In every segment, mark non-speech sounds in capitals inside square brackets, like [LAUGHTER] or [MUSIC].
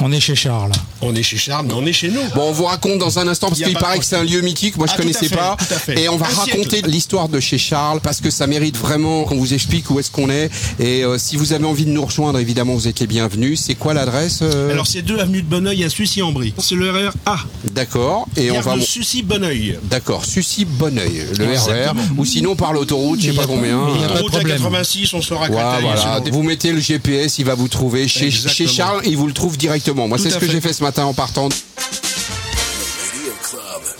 On est chez Charles. On est chez Charles, mais on est chez nous. Bon, on vous raconte dans un instant, parce Il y a qu'il pas de paraît que c'est un problème. lieu mythique, moi je Ah, tout à connaissais fait, pas. tout à fait. Et on va Un raconter siècle. l'histoire de chez Charles, parce que ça mérite vraiment qu'on vous explique où est-ce qu'on est. Et euh, si vous avez envie de nous rejoindre, évidemment, vous êtes les bienvenus. C'est quoi l'adresse euh, Alors, c'est deux avenues de Bonneuil à Sucy-en-Brie. C'est le RER A. D'accord. Et on Ah, Gare va... de Sucy-Bonneuil. D'accord, Sucy Bonneuil, le RER, Exactement. ou sinon par l'autoroute, je sais pas combien. il y a pas de Route à problème. 86, on sera à Ouais, Créteil, voilà. sinon. Vous mettez le GPS, il va vous trouver. Chez, Exactement. chez Charles, il vous le trouve directement. Moi, Tout c'est ce à que fait. j'ai fait ce matin en partant.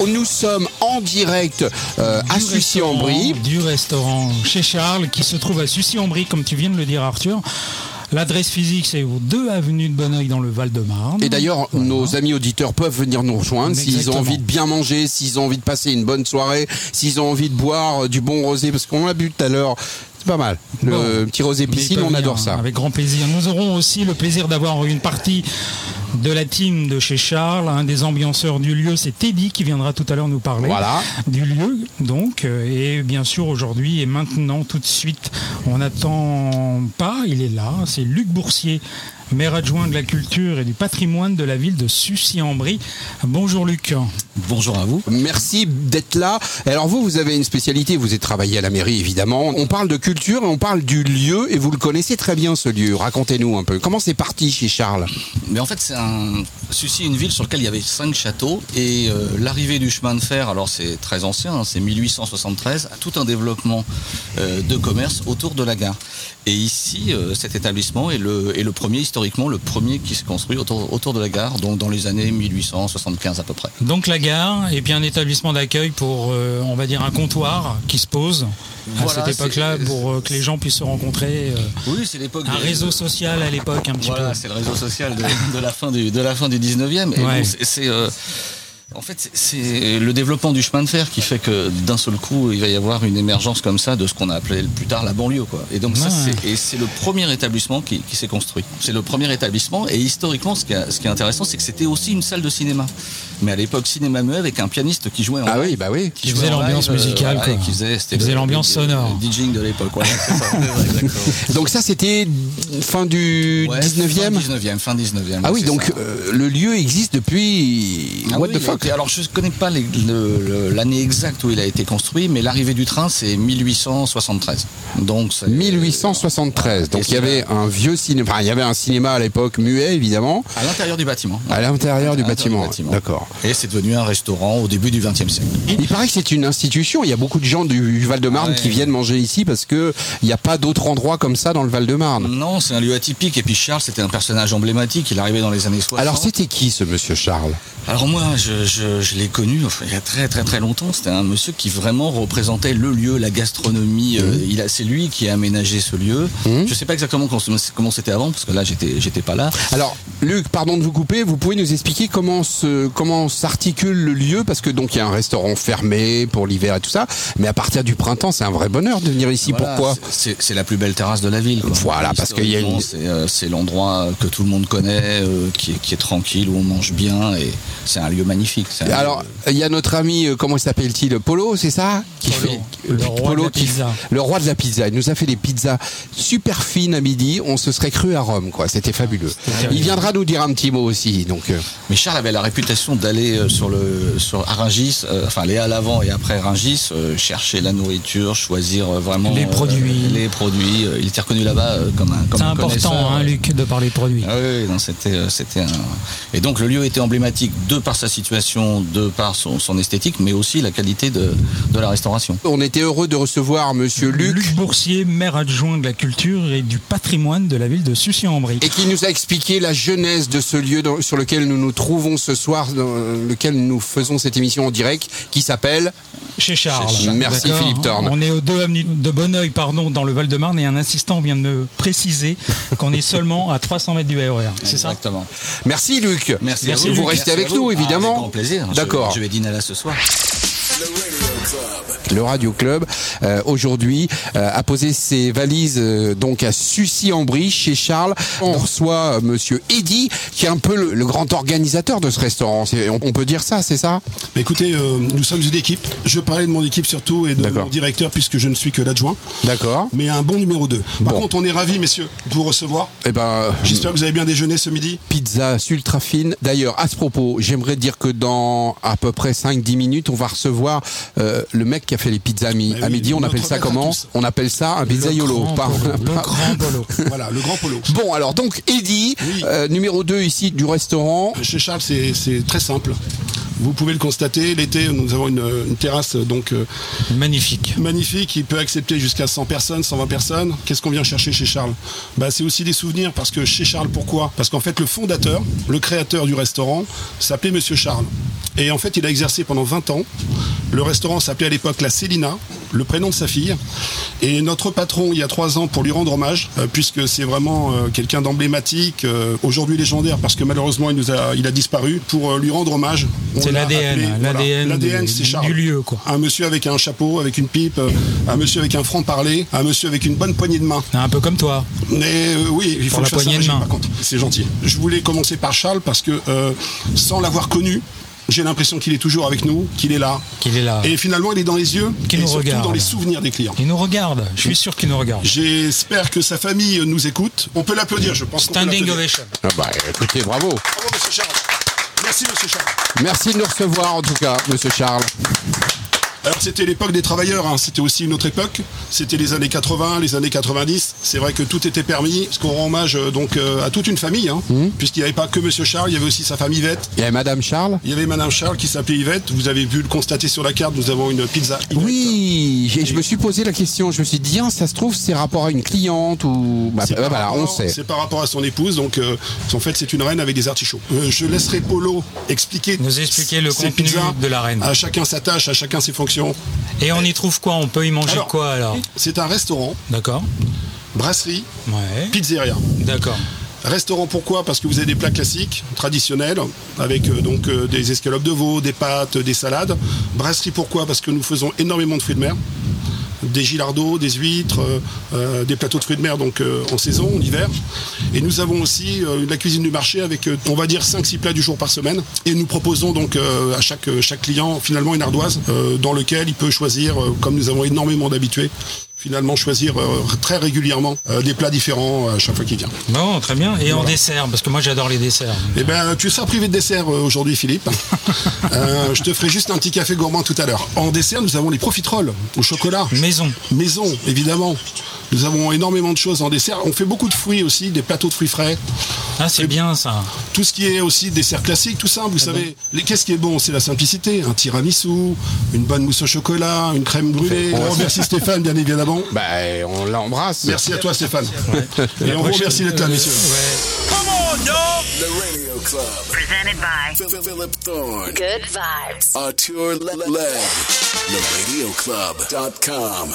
Nous sommes en direct euh, à Du Sucy-en-Brie. restaurant- Du restaurant chez Charles, qui se trouve à Sucy-en-Brie, comme tu viens de le dire, Arthur. L'adresse physique, c'est aux deux avenues de Bonneuil dans le Val-de-Marne. Et d'ailleurs, nos amis auditeurs peuvent venir nous rejoindre s'ils ont Exactement. envie de bien manger, s'ils ont envie de passer une bonne soirée, s'ils ont envie de boire euh, du bon rosé, parce qu'on l'a bu tout à l'heure. C'est pas mal. Le Bon. petit rosé Mais ils piscine, peuvent on venir, adore hein, ça. Avec grand plaisir. Nous aurons aussi le plaisir d'avoir une partie de la team de chez Charles. Un des ambianceurs du lieu, c'est Teddy qui viendra tout à l'heure nous parler Voilà. du lieu. Donc, euh, et bien sûr aujourd'hui et maintenant, tout de suite, on n'attend pas. Il est là. C'est Luc Boursier. Maire adjoint de la culture et du patrimoine de la ville de Sucy-en-Brie. Bonjour Luc. Bonjour à vous. Merci d'être là. Alors vous, vous avez une spécialité, vous avez travaillé à la mairie évidemment. On parle de culture, et on parle du lieu et vous le connaissez très bien ce lieu. Racontez-nous un peu. Comment c'est parti chez Charles Mais en fait, c'est un... Sucy est une ville sur laquelle il y avait cinq châteaux et euh, l'arrivée du chemin de fer, alors c'est très ancien, hein, c'est 1873, a tout un développement euh, de commerce autour de la gare. Et ici, euh, cet établissement est le, est le premier, historiquement, le premier qui se construit autour, autour de la gare, donc dans les années 1875 à peu près. Donc la gare et puis un établissement d'accueil pour, euh, on va dire, un comptoir qui se pose Voilà, à cette époque-là c'est- pour euh, que les gens puissent se rencontrer. euh, Oui, c'est l'époque un des- réseau social à l'époque, un petit Voilà, peu. c'est le réseau social de, de la fin du de la fin du 19e. Et Ouais. bon, c'est- c'est euh, en fait c'est- c'est le développement du chemin de fer qui fait que d'un seul coup il va y avoir une émergence comme ça de ce qu'on a appelé plus tard la banlieue quoi. Et donc ça Ouais. c'est et c'est le premier établissement qui, qui s'est construit. C'est le premier établissement et historiquement ce qui, est- ce qui est intéressant c'est que c'était aussi une salle de cinéma. Mais à l'époque cinéma muet avec un pianiste qui jouait en Ah oui, bah oui. Qui faisait jouait en l'ambiance live, euh, musicale, voilà, et quoi. qui faisait, c'était Qui faisait le- l'ambiance le- sonore. le DJing de l'époque voilà, [LAUGHS] c'est ça, c'est vrai, exactement. Donc ça c'était fin du Ouais, 19e. fin 19e, fin 19e. Ah oui, c'est donc ça. euh, le lieu existe depuis Ah what oui, the fuck et Alors je ne connais pas les- le- le- l'année exacte où il a été construit, mais l'arrivée du train c'est 1873. Donc c'est- 1873. Donc il y avait un vieux cinéma, enfin, il y avait un cinéma à l'époque muet évidemment à l'intérieur du bâtiment. à l'intérieur du bâtiment. D'accord. Et c'est devenu un restaurant au début du XXe siècle. Il paraît que c'est une institution. Il y a beaucoup de gens du Val-de-Marne Ouais. qui viennent manger ici parce que il n'y a pas d'autre endroit comme ça dans le Val-de-Marne. Non, c'est un lieu atypique. Et puis Charles, c'était un personnage emblématique. Il arrivait dans les années 60. Alors c'était qui ce monsieur Charles Alors moi, je, je- je l'ai connu enfin, il y a très très très longtemps. C'était un monsieur qui vraiment représentait le lieu, la gastronomie. euh, Mhm. il a, c'est lui qui a aménagé ce lieu. Je sais pas exactement comment, comment c'était avant parce que là j'étais j'étais pas là. Alors Luc, pardon de vous couper, vous pouvez nous expliquer comment se comment s'articule le lieu parce que donc il y a un restaurant fermé pour l'hiver et tout ça, mais à partir du printemps, c'est un vrai bonheur de venir ici. Voilà, Pourquoi c'est- C'est c'est la plus belle terrasse de la ville. quoi. Voilà, parce qu'il y a une- Historiquement, C'est euh, c'est l'endroit que tout le monde connaît, euh, qui, est, qui est tranquille, où on mange bien, et c'est un lieu magnifique. c'est un lieu- Euh, Alors, il y a notre ami, euh, comment il s'appelle-t-il Polo, c'est ça qui Polo. Le roi de la qui- pizza. le roi de la pizza. Il nous a fait des pizzas super fines à midi. On se serait cru à Rome, quoi. C'était fabuleux. Il viendra nous dire un petit mot aussi. Donc, euh, Mais Charles avait la réputation d'aller euh, sur le sur Aringis, euh, enfin aller à l'avant et après Aringis, euh, chercher la nourriture, choisir euh, vraiment Les euh, produits. les produits. Il était reconnu là-bas euh, comme un comme C'est un connaisseur, important, hein, ouais. Luc, de parler de produits. Ah oui, oui, non, c'était, euh, c'était un... Et donc le lieu était emblématique de par sa situation, de par son, son esthétique, mais aussi la qualité de, de la restauration. on était heureux de recevoir Monsieur Luc, Boursier, maire adjoint de la culture et du patrimoine de la ville de Sucy-en-Brie. et qui nous a expliqué la genèse de ce lieu dans- sur lequel nous nous trouvons ce soir, dans euh, lequel nous faisons cette émission en direct, qui s'appelle Chez Charles. Chez Charles. Merci, D'accord. Philippe Thorne. On est aux deux avenues de Bonneuil, pardon, dans le Val-de-Marne et un assistant vient de me préciser qu'on est seulement à 300 mètres du RER. C'est ça Exactement. Merci Luc. Merci, à vous Luc. restez Merci avec à vous. nous Ah, avec évidemment. grand plaisir. Je- D'accord. Je, vais dîner là ce soir. The radio le Radio Club, euh, aujourd'hui, euh, a posé ses valises euh, donc à Sucy-en-Brie, chez Charles. Oh. On reçoit euh, Monsieur Eddy, qui est un peu le, le grand organisateur de ce restaurant. C'est- On, on peut dire ça, c'est ça Bah, écoutez, euh, nous sommes une équipe. Je parlais de mon équipe surtout et de D'accord. mon directeur puisque je ne suis que l'adjoint. D'accord. Mais un bon numéro 2. Par Bon. contre, on est ravis, messieurs, de vous recevoir. Eh ben, J'espère que vous avez bien déjeuné ce midi. pizza ultra fine. D'ailleurs, à ce propos, j'aimerais dire que dans à peu près 5-10 minutes, on va recevoir euh, le mec qui a fait les pizzas à, mi- Ah oui, à midi. On notre appelle ça maître à comment tous. On appelle ça un pizzaiolo. grand Pas- polo, le pas- grand polo. voilà, le grand polo. Bon, alors donc, Eddy, Oui. euh, numéro 2 ici du restaurant. Chez Charles, c'est c'est très simple. Vous pouvez le constater, l'été, nous avons une, une terrasse donc euh, Magnifique. magnifique qui peut accepter jusqu'à 100 personnes, 120 personnes. Qu'est-ce qu'on vient chercher chez Charles bah, C'est aussi des souvenirs parce que chez Charles, pourquoi Parce qu'en fait, le fondateur, le créateur du restaurant, s'appelait Monsieur Charles. Et en fait, il a exercé pendant 20 ans. Le restaurant s'appelait à l'époque la Célina, le prénom de sa fille. Et notre patron, il y a trois ans, pour lui rendre hommage, euh, puisque c'est vraiment euh, quelqu'un d'emblématique, euh, aujourd'hui légendaire, parce que malheureusement, il, nous a, il a disparu. Pour euh, lui rendre hommage, on C'est l'a l'ADN, appelé- voilà, l'ADN l'ADN, du- c'est Charles. du lieu, quoi. Un monsieur avec un chapeau, avec une pipe, euh, un monsieur avec un franc-parler, un monsieur avec une bonne poignée de main. Un peu comme toi. Mais euh, oui, il faut Pour que la je fasse un poignée de régime, main. par contre. C'est gentil. Je voulais commencer par Charles parce que euh, sans l'avoir connu, j'ai l'impression qu'il est toujours avec nous, qu'il est là. Qu'il est là. Et finalement, il est dans les yeux Qu'il et nous surtout regarde. dans les souvenirs des clients. Il nous regarde. Je suis sûr qu'il nous regarde. J'espère que sa famille nous écoute. On peut l'applaudir, je pense. qu'on peut Standing l'applaudir. ovation. Ah bah, écoutez, bravo. Bravo, monsieur Charles. Merci, monsieur Charles. Merci de nous recevoir, en tout cas, monsieur Charles. Alors c'était l'époque des travailleurs, hein. c'était aussi une autre époque, c'était les années 80, les années 90, c'est vrai que tout était permis, ce qu'on rend hommage euh, donc euh, à toute une famille, hein, Mmh. puisqu'il n'y avait pas que Monsieur Charles, il y avait aussi sa famille Yvette, Il y a madame Charles il y avait Madame Charles qui s'appelait Yvette, vous avez pu le constater sur la carte, nous avons une pizza Eh Yvette. Oui, j'ai- je me suis posé la question. Je me suis dit, tiens, ça se trouve, c'est rapport à une cliente ou. Bah, C'est bah, par voilà, on rapport- sait. C'est par rapport à son épouse, donc euh, en fait c'est une reine avec des artichauts. Euh, je laisserai Polo expliquer. Nous expliquer le ces contenu pizzas. de la reine. À chacun sa tâche, à chacun ses fonctions. Et on y trouve quoi On peut y manger Alors. quoi alors C'est un restaurant, D'accord. brasserie, Ouais. pizzeria. D'accord. Restaurant pourquoi Parce que vous avez des plats classiques, traditionnels, avec euh, donc euh, des escalopes de veau, des pâtes, des salades. Brasserie pourquoi Parce que nous faisons énormément de fruits de mer, des gilardos, des huîtres, euh, euh, des plateaux de fruits de mer donc euh, en saison, en hiver. Et nous avons aussi euh, la cuisine du marché avec euh, on va dire 5-6 plats du jour par semaine. Et nous proposons donc euh, à chaque, euh, chaque client finalement une ardoise euh, dans lequel il peut choisir, euh, comme nous avons énormément d'habitués, finalement choisir euh, très régulièrement euh, des plats différents à chaque fois qu'il vient. Bon, très bien. Et en dessert, parce que moi j'adore les desserts. Eh ben, tu seras privé de dessert euh, aujourd'hui, [LAUGHS] Philippe. Euh, je te ferai juste un petit café gourmand tout à l'heure. En dessert, nous avons les profiteroles au chocolat. Maison. Maison, évidemment. Nous avons énormément de choses en dessert. On fait beaucoup de fruits aussi, des plateaux de fruits frais. Ah, c'est bien ça. Tout ce qui est aussi dessert classique, tout ça, vous savez. Les- Qu'est-ce qui est Ah bon C'est la simplicité. Un tiramisu, une bonne mousse au chocolat, une crème brûlée. On remercie Stéphane, bien évidemment. Bah, on l'embrasse. Merci à toi, Stéphane. Et on vous remercie d'être là, messieurs. The Radio Club. Presented by Phil- Philip Thorne. Good Vibes. Artur Le- Leg. The Radio Club.com.